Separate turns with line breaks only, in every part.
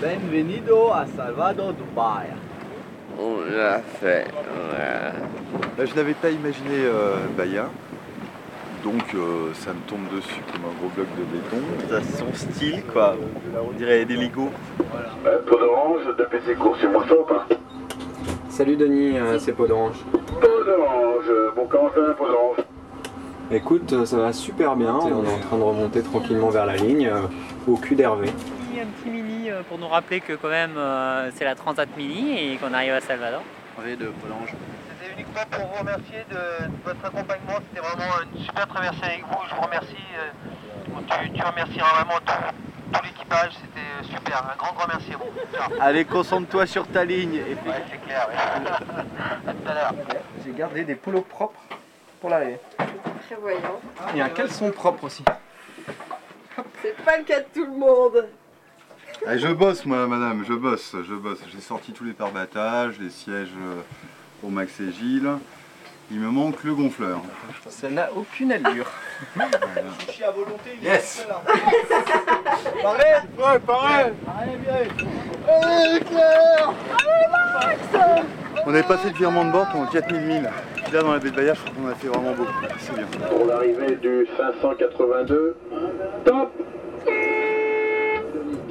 Benvenido a Salvador do Bahia.
On l'a fait. ouais.
Bah, je l'avais pas imaginé euh, Bahia. Donc euh, ça me tombe dessus comme un gros bloc de béton.
Ça son style quoi. On dirait des Lego.
Euh, Peau d'orange, depuis ses cours sur Moussopa.
Salut Denis, euh, c'est Peau d'Orange.
Peau d'orange, bon Quentin, peau d'orange.
Écoute, euh, ça va super bien, on est en train de remonter tranquillement vers la ligne, euh, au cul d'Hervé.
Un petit mini euh, pour nous rappeler que quand même euh, c'est la Transat Mini et qu'on arrive à Salvador.
Enlevé de Polange.
C'était uniquement pour vous remercier de, de votre accompagnement. C'était vraiment une super traversée avec vous. Je vous remercie. euh, tu, tu remercieras vraiment tout, tout l'équipage. C'était super. Un grand, grand merci à vous. Ciao.
Allez, concentre-toi sur ta ligne. Et fais-
Ouais, c'est clair. ouais. à tout à l'heure.
J'ai gardé des polos propres pour l'arrivée.
Prévoyant.
Et un caleçon propre aussi.
C'est pas le cas de tout le monde.
Ah, je bosse moi madame, je bosse, je bosse. J'ai sorti tous les parbattages, les sièges euh, au Max et Gilles. Il me manque le gonfleur.
Ça n'a aucune allure.
Yes On n'avait pas fait de virement de bord pendant 4000 milles. Puis Là dans la baie de Bahia, je crois qu'on a fait vraiment beaucoup. C'est bien.
Pour l'arrivée du 582, top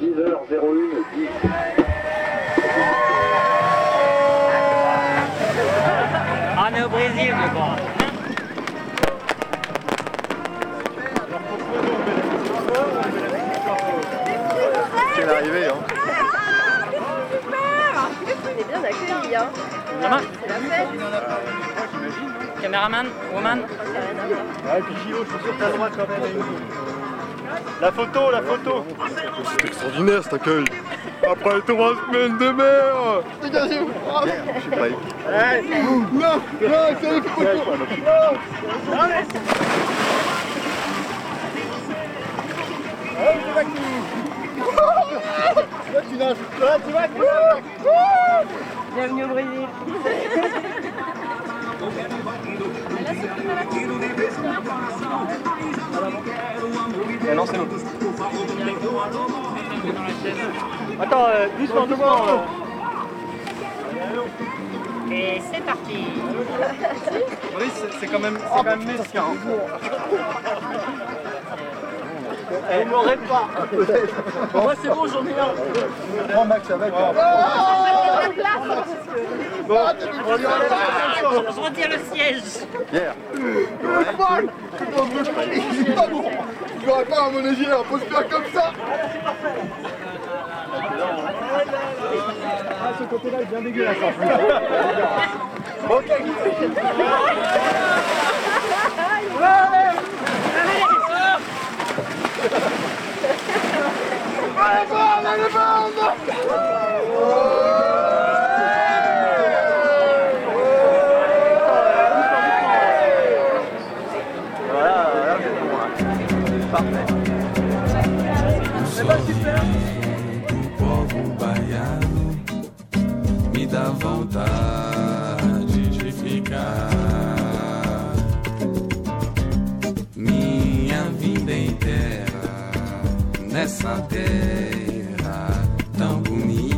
10h01, 10.
Ah, on est au Brésil, je crois.
C'est l'arrivée hein.
Oh, On est bien accueillis, hein.
Thomas,
C'est la fête.
caméraman, woman.
Ah, et puis Gilo, je suis sûr que t'as le droit quand même. La photo, la photo.
C'est extraordinaire cet accueil. Après les trois semaines de mer Je sais pas,
Bienvenue au Brésil.
Ah non, c'est bon.
Attends, euh, doucement, doucement. euh.
Et c'est parti.
Oui, c'est- c'est quand même, c'est quand même mesquin. hein.
Eh, on m'aurait pas. Moi, c'est bon, j'en ai un. Oh, Prends Max avec.
On se retire le siège.
povo baiano me dá vontade de ficar minha vida inteira nessa terra tão bonita.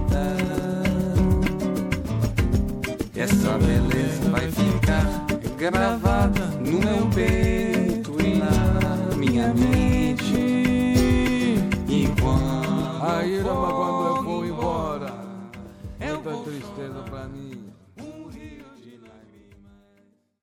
Essa beleza vai ficar gravada no meu peito e na minha mente. Enquanto a irama quando eu vou embora, muita tristeza pra mim. um